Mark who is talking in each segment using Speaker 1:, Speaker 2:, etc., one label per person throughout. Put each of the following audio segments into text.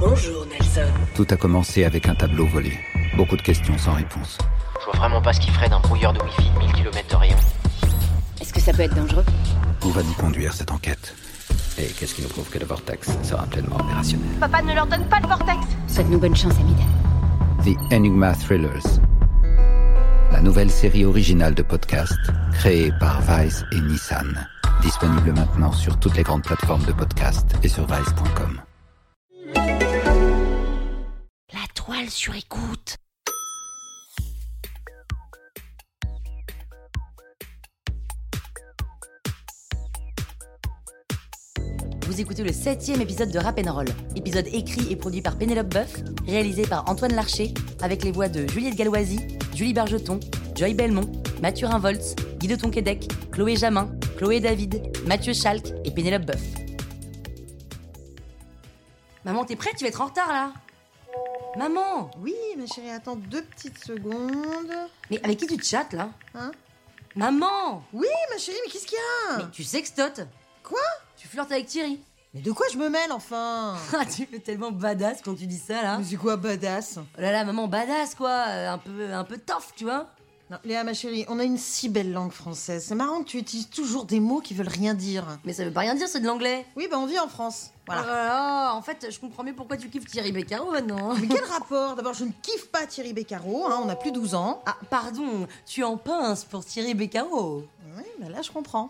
Speaker 1: Bonjour Nelson.
Speaker 2: Tout a commencé avec un tableau volé. Beaucoup de questions sans réponse.
Speaker 3: Je vois vraiment pas ce qu'il ferait d'un brouilleur de wifi de 1000 km de rayon.
Speaker 1: Est-ce que ça peut être dangereux
Speaker 2: Où va nous conduire cette enquête Et qu'est-ce qui nous prouve que le vortex sera pleinement opérationnel
Speaker 4: Papa ne leur donne pas le vortex.
Speaker 1: Souhaite-nous bonne chance, Amida.
Speaker 2: The Enigma Thrillers. La nouvelle série originale de podcast créée par Vice et Nissan. Disponible maintenant sur toutes les grandes plateformes de podcast et sur vice.com.
Speaker 5: La toile sur écoute. Vous écoutez le septième épisode de Rap Roll, épisode écrit et produit par Pénélope Boeuf, réalisé par Antoine Larcher, avec les voix de Juliette Galloisi, Julie Bargeton, Joy Belmont, Mathurin Volz, Guy de Tonquédec, Chloé Jamin, Chloé David, Mathieu Schalk et Pénélope Boeuf. Maman, t'es prête Tu vas être en retard là Maman
Speaker 6: Oui, ma chérie, attends deux petites secondes.
Speaker 5: Mais avec qui tu te chattes là
Speaker 6: Hein
Speaker 5: Maman
Speaker 6: Oui, ma chérie, mais qu'est-ce qu'il y a
Speaker 5: Mais tu sextotes
Speaker 6: Quoi
Speaker 5: Tu flirtes avec Thierry
Speaker 6: Mais de quoi je me mêle enfin
Speaker 5: Ah, tu fais tellement badass quand tu dis ça là
Speaker 6: Mais c'est quoi badass
Speaker 5: Oh là là, maman badass quoi euh, Un peu un peu tough, tu vois
Speaker 6: Non, Léa, ma chérie, on a une si belle langue française. C'est marrant que tu utilises toujours des mots qui veulent rien dire.
Speaker 5: Mais ça veut pas rien dire, c'est de l'anglais
Speaker 6: Oui, bah on vit en France.
Speaker 5: Oh
Speaker 6: Voilà.
Speaker 5: là là, en fait, je comprends mieux pourquoi tu kiffes Thierry Beccaro maintenant
Speaker 6: Mais quel rapport D'abord, je ne kiffe pas Thierry Beccaro, hein, on a plus 12 ans.
Speaker 5: Ah, pardon, tu en pinces pour Thierry Beccaro
Speaker 6: Oui, bah là, je comprends.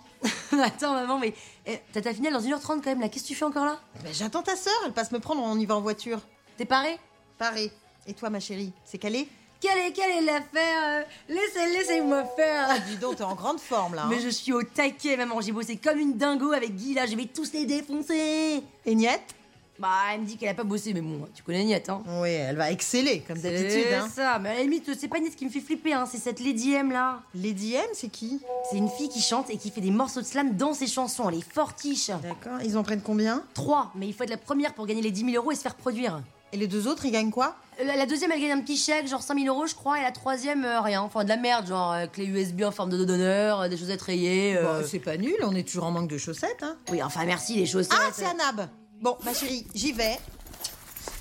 Speaker 5: Attends, maman, mais eh, t'as ta finale dans 1h30 quand même là, qu'est-ce que tu fais encore là
Speaker 6: Bah, j'attends ta sœur, elle passe me prendre, on y va en voiture.
Speaker 5: T'es paré
Speaker 6: Pareil. Et toi, ma chérie, c'est calé
Speaker 5: Quelle est, quelle est l'affaire euh Laissez, laissez-moi faire
Speaker 6: Dis donc, t'es en grande forme là. hein.
Speaker 5: Mais je suis au taquet, maman. J'ai bossé comme une dingo avec Guy, là. Je vais tous les défoncer.
Speaker 6: Et Niette
Speaker 5: Bah, elle me dit qu'elle a pas bossé, mais bon, tu connais Niette, hein.
Speaker 6: Oui, elle va exceller, comme d'habitude. hein.
Speaker 5: ça. Mais à la limite, c'est pas Niette qui me fait flipper, hein. C'est cette Lady M, là.
Speaker 6: Lady M, c'est qui
Speaker 5: C'est une fille qui chante et qui fait des morceaux de slam dans ses chansons. Elle est fortiche.
Speaker 6: D'accord, ils en prennent combien
Speaker 5: Trois, mais il faut être la première pour gagner les 10 000 euros et se faire produire. Euh,
Speaker 6: Et les deux autres, ils gagnent quoi
Speaker 5: La, la deuxième, elle gagne un petit chèque, genre 5 000 euros, je crois, et la troisième, euh, rien. Enfin, de la merde, genre euh, clé USB en forme de dos d'honneur, euh, des chaussettes rayées. euh.
Speaker 6: Bah, C'est pas nul, on est toujours en manque de chaussettes. Hein.
Speaker 5: Oui, enfin, merci, les chaussettes. euh.
Speaker 6: Ah, c'est Anab Bon, ma chérie, j'y vais.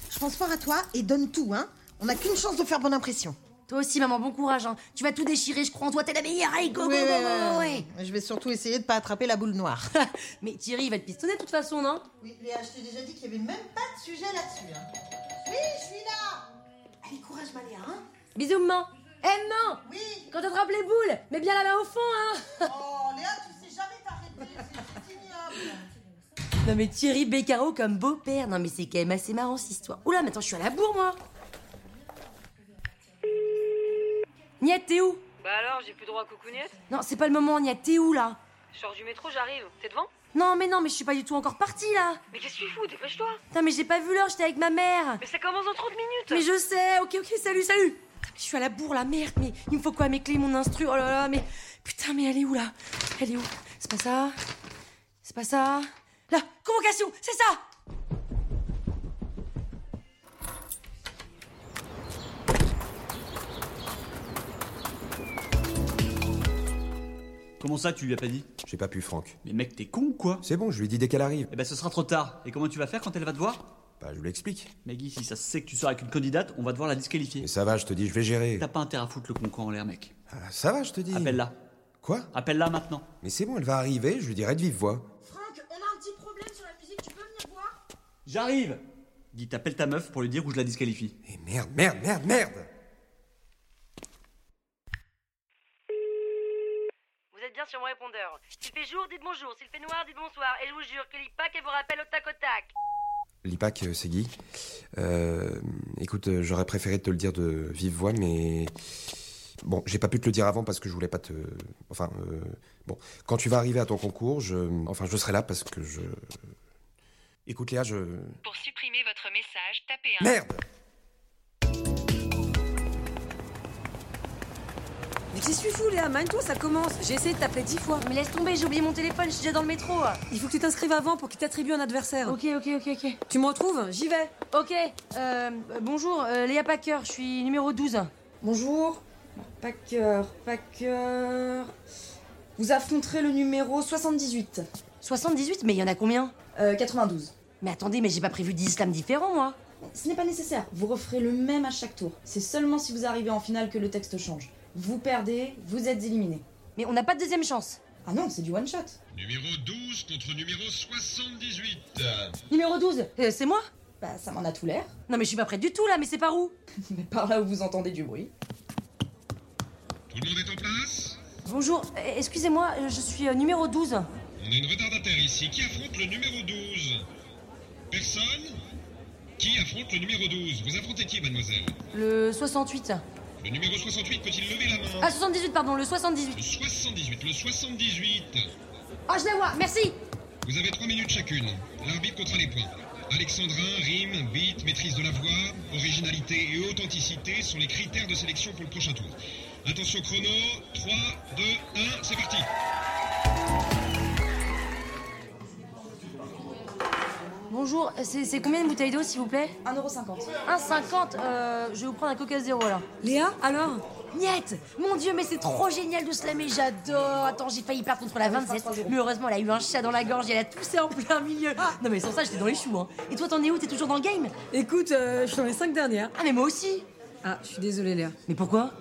Speaker 6: Je pense fort à toi et donne tout, hein. On n'a qu'une chance de faire bonne impression.
Speaker 5: Toi aussi, maman, bon courage. Hein. Tu vas tout déchirer, je crois en toi. T'es la meilleure. Allez, go, go,
Speaker 6: Ouais,
Speaker 5: go,
Speaker 6: ouais,
Speaker 5: go, go,
Speaker 6: ouais. Je vais surtout essayer de pas attraper la boule noire.
Speaker 5: ouais. Mais Thierry, il va te pistonner de toute façon, non
Speaker 6: oui, Léa, je t'ai déjà dit qu'il n'y avait même pas de sujet là-dessus. hein. Oui, je suis là Allez, courage, Maléa, hein
Speaker 5: Bisous, maman. Eh, maman
Speaker 6: Oui
Speaker 5: Quand on frappe les boules, mets bien la main au fond, hein
Speaker 6: Oh, Léa, tu sais jamais t'arrêter, c'est ignoble
Speaker 5: Non, mais Thierry Beccaro comme beau-père. Non, mais c'est quand même assez marrant, cette histoire. Oula, mais attends, je suis à la bourre, moi Niette, t'es où
Speaker 7: Bah alors, j'ai plus droit à coucougnette
Speaker 5: Non, c'est pas le moment, Niette, t'es où, là
Speaker 7: Je sors du métro, j'arrive. T'es devant
Speaker 5: Non, mais non, mais je suis pas du tout encore partie, là
Speaker 7: Mais qu'est-ce que tu fous Dépêche-toi
Speaker 5: Putain, mais j'ai pas vu l'heure, j'étais avec ma mère
Speaker 7: Mais ça commence dans 30 minutes
Speaker 5: Mais je sais, ok, ok, salut, salut Je suis à la bourre, la merde, mais il me faut quoi Mes clés, mon instru, oh là là, mais... Putain, mais elle est où, là Elle est où C'est pas ça C'est pas ça Là, convocation, c'est ça
Speaker 8: Comment ça, tu lui as pas dit
Speaker 9: J'ai pas pu, Franck.
Speaker 8: Mais mec, t'es con ou quoi
Speaker 9: C'est bon, je lui ai dit dès qu'elle arrive.
Speaker 8: Eh ben, ce sera trop tard. Et comment tu vas faire quand elle va te voir
Speaker 9: Bah, je lui explique.
Speaker 8: Maggie, si ça se sait que tu sors avec une candidate, on va devoir la disqualifier.
Speaker 9: Mais ça va, je te dis, je vais gérer.
Speaker 8: T'as pas intérêt à foutre le concours en l'air, mec.
Speaker 9: Ah, ça va, je te dis.
Speaker 8: Appelle-la.
Speaker 9: Quoi
Speaker 8: Appelle-la maintenant.
Speaker 9: Mais c'est bon, elle va arriver, je lui dirai de vive voix.
Speaker 8: J'arrive Guy, t'appelles ta meuf pour lui dire où je la disqualifie.
Speaker 9: Et merde, merde, merde, merde
Speaker 7: Vous êtes bien sur mon répondeur. S'il fait jour, dites bonjour. S'il fait noir, dites bonsoir. Et je vous jure que l'IPAC, elle vous rappelle au tac au tac.
Speaker 9: L'IPAC, euh, c'est Guy. Euh, écoute, euh, j'aurais préféré te le dire de vive voix, mais. Bon, j'ai pas pu te le dire avant parce que je voulais pas te. Enfin, euh, bon. Quand tu vas arriver à ton concours, je. Enfin, je serai là parce que je. Écoute, Léa, je.
Speaker 7: Pour 6%
Speaker 4: message, tapez 1.
Speaker 9: Merde
Speaker 10: Mais qu'est-ce que tu fous, Léa Magne-toi, ça commence. J'ai essayé de t'appeler dix fois.
Speaker 5: Mais laisse tomber, j'ai oublié mon téléphone, je suis déjà dans le métro.
Speaker 10: Il faut que tu t'inscrives avant pour qu'il t'attribue un adversaire.
Speaker 5: Ok, ok, ok, ok.
Speaker 10: Tu me retrouves J'y vais.
Speaker 5: Ok, euh, bonjour, euh, Léa Packer, je suis numéro 12.
Speaker 11: Bonjour. Packer, Packer. Vous affronterez le numéro 78.
Speaker 5: 78, mais il y en a combien
Speaker 11: Euh, 92.
Speaker 5: Mais attendez, mais j'ai pas prévu 10 slams différents, moi.
Speaker 11: Ce n'est pas nécessaire. Vous referez le même à chaque tour. C'est seulement si vous arrivez en finale que le texte change. Vous perdez, vous êtes éliminé.
Speaker 5: Mais on n'a pas de deuxième chance.
Speaker 11: Ah non, c'est du one shot.
Speaker 12: Numéro 12 contre numéro 78.
Speaker 5: Numéro 12, euh, c'est moi
Speaker 11: Bah, ça m'en a tout l'air.
Speaker 5: Non, mais je suis pas prête du tout là, mais c'est par où
Speaker 11: Mais par là où vous entendez du bruit.
Speaker 12: Tout le monde est en place
Speaker 5: Bonjour, euh, excusez-moi, euh, je suis euh, numéro 12.
Speaker 12: On a une retardataire ici. Qui affronte le numéro 12 Personne Qui affronte le numéro 12 Vous affrontez qui, mademoiselle
Speaker 5: Le 68.
Speaker 12: Le numéro 68 peut-il lever la main
Speaker 5: Ah, 78, pardon, le
Speaker 12: Le
Speaker 5: 78.
Speaker 12: 78, le 78.
Speaker 5: Oh, je la vois, merci
Speaker 12: Vous avez 3 minutes chacune. L'arbitre comptera les points. Alexandrin, rime, beat, maîtrise de la voix, originalité et authenticité sont les critères de sélection pour le prochain tour. Attention chrono, 3, 2, 1, c'est parti
Speaker 5: Bonjour, c'est c'est combien une bouteille d'eau, s'il vous plaît
Speaker 11: 1,50€.
Speaker 5: 1,50, euh, je vais vous prendre un coca zéro là.
Speaker 10: Léa, alors
Speaker 5: Niette Mon dieu, mais c'est trop génial de slammer, j'adore Attends, j'ai failli perdre contre la 27, mais heureusement, elle a eu un chat dans la gorge et elle a toussé en plein milieu.
Speaker 10: Ah.
Speaker 5: Non mais sans ça, j'étais dans les choux, hein. Et toi, t'en es où T'es toujours dans le game
Speaker 10: Écoute, euh, je suis dans les cinq dernières.
Speaker 5: Ah, mais moi aussi
Speaker 10: Ah, je suis désolée, Léa.
Speaker 5: Mais pourquoi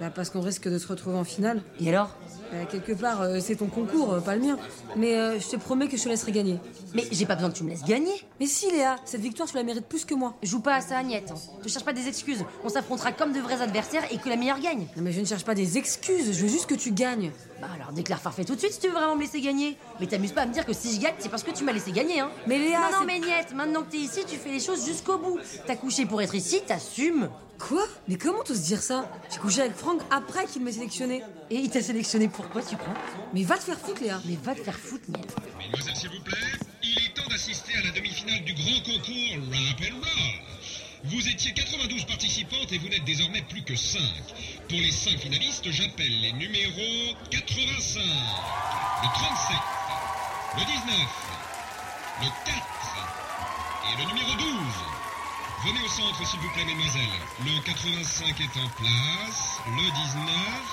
Speaker 10: Bah, parce qu'on risque de se retrouver en finale.
Speaker 5: Et alors
Speaker 10: Bah, quelque part, euh, c'est ton concours, euh, pas le mien. Mais euh, je te promets que je te laisserai gagner.
Speaker 5: Mais j'ai pas besoin que tu me laisses gagner
Speaker 10: Mais si, Léa, cette victoire, tu la mérites plus que moi.
Speaker 5: Joue pas à ça, Agnette. Ne cherche pas des excuses. On s'affrontera comme de vrais adversaires et que la meilleure gagne.
Speaker 10: Non, mais je ne cherche pas des excuses, je veux juste que tu gagnes.
Speaker 5: Bah alors déclare forfait tout de suite si tu veux vraiment me laisser gagner. Mais t'amuses pas à me dire que si je gagne, c'est parce que tu m'as laissé gagner, hein.
Speaker 10: Mais Léa,
Speaker 5: Non, non,
Speaker 10: c'est-
Speaker 5: mais Niette, maintenant que t'es ici, tu fais les choses jusqu'au bout. T'as couché pour être ici, t'assumes.
Speaker 10: Quoi Mais comment t'oses dire ça J'ai couché avec Franck après qu'il m'ait sélectionné.
Speaker 5: Et il t'a sélectionné pourquoi tu crois
Speaker 10: Mais va te faire foutre, Léa.
Speaker 5: Mais va te faire foutre, Niette.
Speaker 12: Mesdemoiselles, s'il vous plaît, il est temps d'assister à la demi-finale du grand concours Rap and Roll. Vous étiez 92 participantes et vous n'êtes désormais plus que 5. Pour les 5 finalistes, j'appelle les numéros 85, le 37, le 19, le 4 et le numéro 12. Venez au centre, s'il vous plaît, mesdemoiselles. Le 85 est en place, le 19.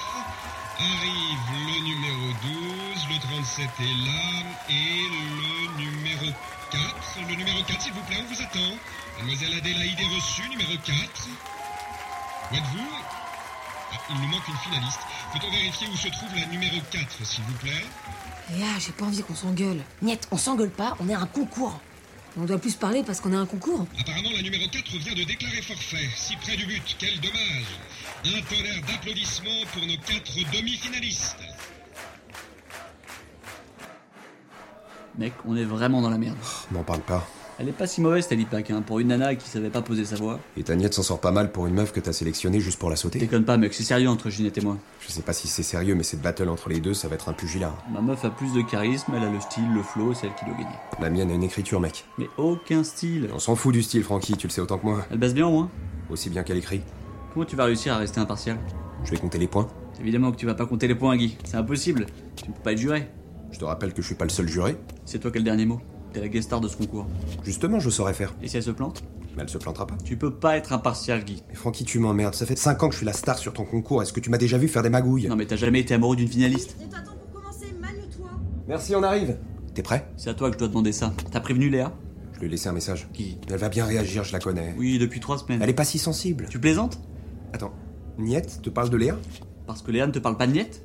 Speaker 12: Arrive le numéro 12, le 37 est là, et le numéro 4. Le numéro 4, s'il vous plaît, on vous attend. Mademoiselle Adélaïde est reçue, numéro 4. Où êtes-vous Ah, Il nous manque une finaliste. Peut-on vérifier où se trouve la numéro 4, s'il vous plaît
Speaker 10: Léa, j'ai pas envie qu'on s'engueule.
Speaker 5: Niette, on s'engueule pas, on est à un concours.
Speaker 10: On doit plus parler parce qu'on a un concours.
Speaker 12: Apparemment, la numéro 4 vient de déclarer forfait. Si près du but, quel dommage. Un tonnerre d'applaudissements pour nos quatre demi-finalistes.
Speaker 13: Mec, on est vraiment dans la merde.
Speaker 9: N'en parle pas.
Speaker 13: Elle est pas si mauvaise, cette Lipac, hein, pour une nana qui savait pas poser sa voix.
Speaker 9: Et ta nièce s'en sort pas mal pour une meuf que t'as sélectionnée juste pour la sauter.
Speaker 13: Déconne pas, mec, c'est sérieux entre Ginette et moi.
Speaker 9: Je sais pas si c'est sérieux, mais cette battle entre les deux, ça va être un pugilat.
Speaker 13: Ma meuf a plus de charisme, elle a le style, le flow, c'est elle qui doit gagner.
Speaker 9: La mienne a une écriture, mec.
Speaker 13: Mais aucun style.
Speaker 9: On s'en fout du style, Francky, tu le sais autant que moi.
Speaker 13: Elle baisse bien au moins.
Speaker 9: Aussi bien qu'elle écrit.
Speaker 13: Comment tu vas réussir à rester impartial
Speaker 9: Je vais compter les points.
Speaker 13: Évidemment que tu vas pas compter les points, Guy. C'est impossible. Tu ne peux pas être juré.
Speaker 9: Je te rappelle que je suis pas le seul juré.
Speaker 13: C'est toi qui as le dernier mot. T'es la guest star de ce concours.
Speaker 9: Justement, je saurais faire.
Speaker 13: Et si elle se plante
Speaker 9: Mais elle se plantera pas.
Speaker 13: Tu peux pas être impartial, Guy.
Speaker 9: Mais Francky, tu m'emmerdes. Ça fait 5 ans que je suis la star sur ton concours. Est-ce que tu m'as déjà vu faire des magouilles
Speaker 13: Non mais t'as jamais été amoureux d'une finaliste.
Speaker 11: On t'attend pour commencer, magne-toi.
Speaker 9: Merci, on arrive. T'es prêt
Speaker 13: C'est à toi que je dois demander ça. T'as prévenu Léa
Speaker 9: Je lui ai laissé un message.
Speaker 13: Qui
Speaker 9: Elle va bien réagir, je la connais.
Speaker 13: Oui, depuis trois semaines.
Speaker 9: Elle est pas si sensible.
Speaker 13: Tu plaisantes
Speaker 9: Attends, Niette te parle de Léa
Speaker 13: Parce que Léa ne te parle pas de Niette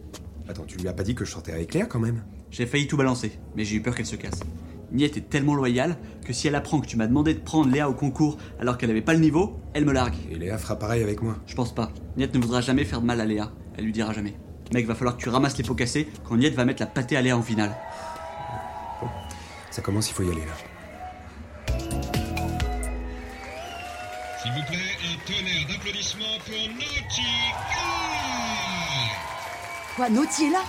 Speaker 9: Attends, tu lui as pas dit que je sortais avec Léa quand même
Speaker 13: J'ai failli tout balancer, mais j'ai eu peur qu'elle se casse. Niette est tellement loyale que si elle apprend que tu m'as demandé de prendre Léa au concours alors qu'elle avait pas le niveau, elle me largue.
Speaker 9: Et Léa fera pareil avec moi.
Speaker 13: Je pense pas. Niette ne voudra jamais faire de mal à Léa. Elle lui dira jamais. Mec, va falloir que tu ramasses les pots cassés quand Niette va mettre la pâtée à Léa en finale.
Speaker 9: Ça commence, il faut y aller là.
Speaker 12: S'il vous plaît, un tonnerre d'applaudissements pour Naughty
Speaker 5: Quoi, Naughty est là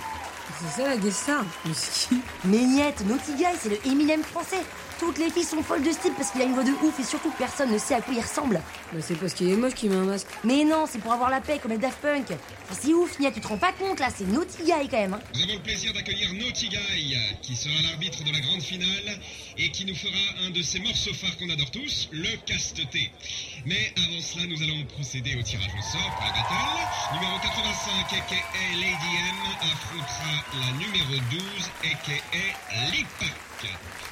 Speaker 10: C'est ça la guest star. Mais c'est qui
Speaker 5: Mais Niette, Naughty Guy, c'est le Eminem français.
Speaker 7: Toutes les filles sont folles de Steve parce qu'il a une voix de ouf et surtout personne ne sait à quoi il ressemble. Mais c'est parce qu'il est moche qu'il met un masque. Mais non, c'est pour avoir la paix comme les Daft Punk. Enfin, c'est ouf, Nia, tu te rends pas compte là, c'est Naughty Guy quand même. Hein.
Speaker 12: Nous avons le plaisir d'accueillir Naughty Guy, qui sera l'arbitre de la grande finale et qui nous fera un de ces morceaux phares qu'on adore tous, le casteté. Mais avant cela, nous allons procéder au tirage au sort pour la battle. Numéro 85, a.k.a. Lady M, affrontera la numéro 12, a.k.a. Lipak.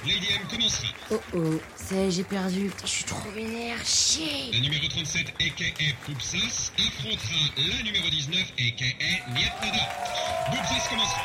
Speaker 12: Lady M commencera.
Speaker 7: Oh oh, c'est j'ai perdu. Putain, je suis trop vénère, chier.
Speaker 12: La numéro 37, a.k.a. Poupsas, affrontera la E, numéro 19, a.k.a. Niatnada. Poupsas commencera.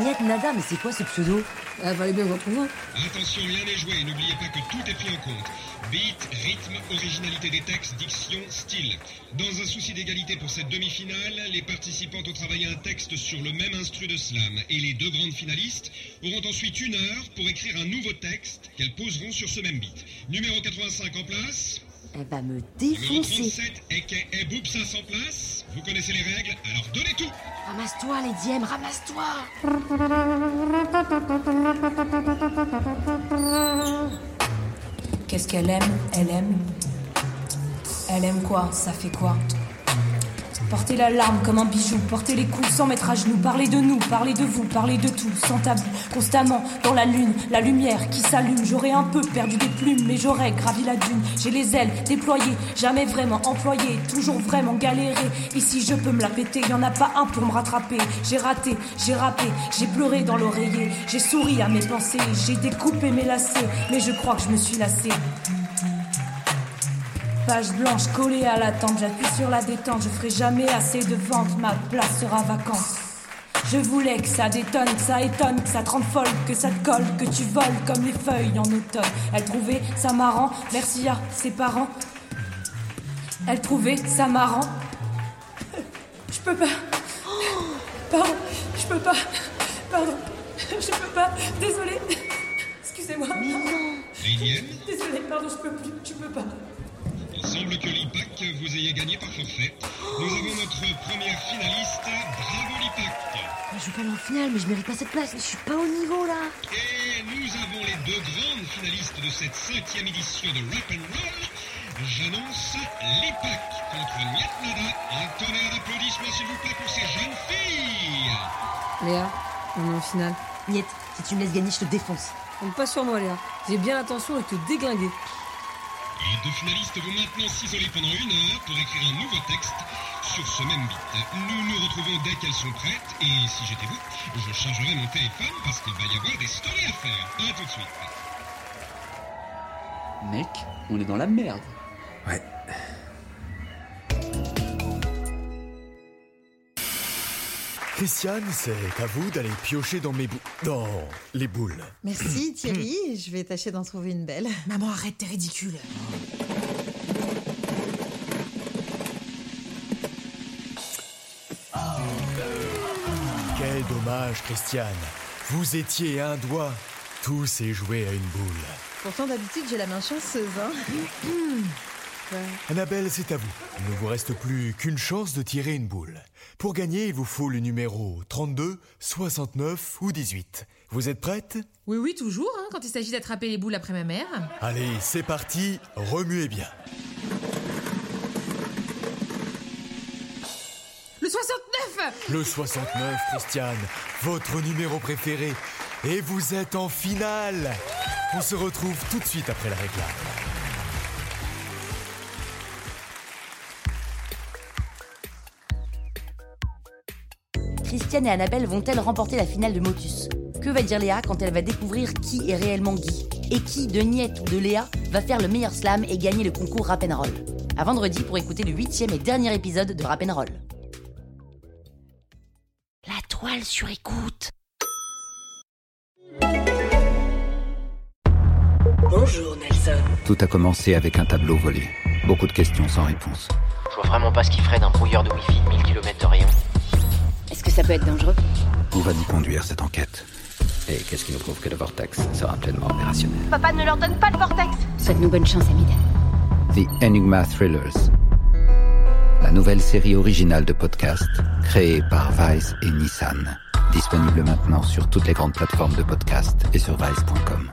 Speaker 7: Niette Nada, mais c'est quoi ce pseudo Elle valait bien voir trouver.
Speaker 12: Attention, rien n'est joué, n'oubliez pas que tout est pris en compte. Beat, rythme, originalité des textes, diction, style. Dans un souci d'égalité pour cette demi-finale, les participantes ont travaillé un texte sur le même instru de slam et les deux grandes finalistes auront ensuite une heure pour écrire un nouveau texte qu'elles poseront sur ce même beat. Numéro 85 en place.
Speaker 7: Elle va me
Speaker 12: Numéro
Speaker 7: défoncer.
Speaker 12: 37, a.k.a. Boupsas en place. Vous connaissez les règles, alors donnez tout
Speaker 7: Ramasse-toi, les dièmes, ramasse-toi.
Speaker 4: Qu'est-ce qu'elle aime Elle aime. Elle aime quoi Ça fait quoi Porter l'alarme comme un bijou, porter les coups sans mettre à genoux, parler de nous, parler de vous, parler de tout, sans tabou, constamment dans la lune, la lumière qui s'allume. J'aurais un peu perdu des plumes, mais j'aurais gravi la dune. J'ai les ailes déployées, jamais vraiment employées, toujours vraiment galéré. Ici je peux me la péter, y en a pas un pour me rattraper. J'ai raté, j'ai rappé, j'ai pleuré dans l'oreiller, j'ai souri à mes pensées, j'ai découpé mes lacets, mais je crois que je me suis lassée. Page blanche collée à la tente, j'appuie sur la détente, je ferai jamais assez de ventes, ma place sera vacante. Je voulais que ça détonne, que ça étonne, que ça te rende folle, que ça te colle, que tu voles comme les feuilles en automne. Elle trouvait ça marrant, merci à ses parents. Elle trouvait ça marrant. Je peux pas. Pardon, je peux pas. Pardon, je peux pas. Désolée. Excusez-moi.
Speaker 12: Lady M,
Speaker 4: Désolée, pardon, je peux plus, je peux pas.
Speaker 12: il semble que Lipak vous ayez gagné par forfait. Nous avons notre première finaliste, bravo Lipak
Speaker 7: Je joue pas dans le final, mais je mérite pas cette place. Je suis pas au niveau là.
Speaker 12: Et nous avons les deux grandes finalistes de cette cinquième édition de Rap and Roll. J'annonce l'EPAC contre Niatnada. Un tonnerre d'applaudissements, s'il vous plaît, pour ces jeunes filles.
Speaker 14: Léa, on est en finale.
Speaker 7: Niette, si tu me laisses gagner, je te défonce.
Speaker 14: Compte pas sur moi, Léa. J'ai bien l'intention de te déglinguer.
Speaker 12: Les deux finalistes vont maintenant s'isoler pendant une heure pour écrire un nouveau texte sur ce même beat. Nous nous retrouvons dès qu'elles sont prêtes. Et si j'étais vous, je chargerais mon téléphone parce qu'il va y avoir des stories à faire. À tout de suite.
Speaker 13: Mec, on est dans la merde.
Speaker 9: Ouais.
Speaker 15: Christiane, c'est à vous d'aller piocher dans mes boules. Dans les boules.
Speaker 16: Merci Thierry, je vais tâcher d'en trouver une belle. Maman, arrête, t'es ridicule.
Speaker 15: Quel dommage, Christiane. Vous étiez à un doigt. Tout s'est joué à une boule.
Speaker 16: Pourtant, d'habitude, j'ai la main chanceuse. Hein. Ouais.
Speaker 15: Annabelle, c'est à vous. Il ne vous reste plus qu'une chance de tirer une boule. Pour gagner, il vous faut le numéro 32, 69 ou 18. Vous êtes prête
Speaker 17: Oui, oui, toujours, hein, quand il s'agit d'attraper les boules après ma mère.
Speaker 15: Allez, c'est parti, remuez bien.
Speaker 17: Le 69
Speaker 15: Le 69, Christiane, votre numéro préféré. Et vous êtes en finale On se retrouve tout de suite après la réclame.
Speaker 5: Christiane et Annabelle vont-elles remporter la finale de Motus Que va dire Léa quand elle va découvrir qui est réellement Guy Et qui, de Niette ou de Léa, va faire le meilleur slam et gagner le concours Rap and Roll À vendredi pour écouter le huitième et dernier épisode de Rap and Roll. La toile sur écoute
Speaker 1: Bonjour Nelson.
Speaker 2: Tout a commencé avec un tableau volé. Beaucoup de questions sans réponse.
Speaker 3: Je vois vraiment pas ce qu'il ferait d'un brouilleur de wifi de 1000 km de rayon.
Speaker 1: Est-ce que ça peut être dangereux
Speaker 2: On va nous conduire cette enquête. Et qu'est-ce qui nous prouve que le vortex sera pleinement opérationnel
Speaker 1: Papa ne leur donne pas le vortex Souhaite-nous bonne chance, Amida.
Speaker 2: The Enigma Thrillers. La nouvelle série originale de podcast créée par Vice et Nissan. Disponible maintenant sur toutes les grandes plateformes de podcast et sur vice.com.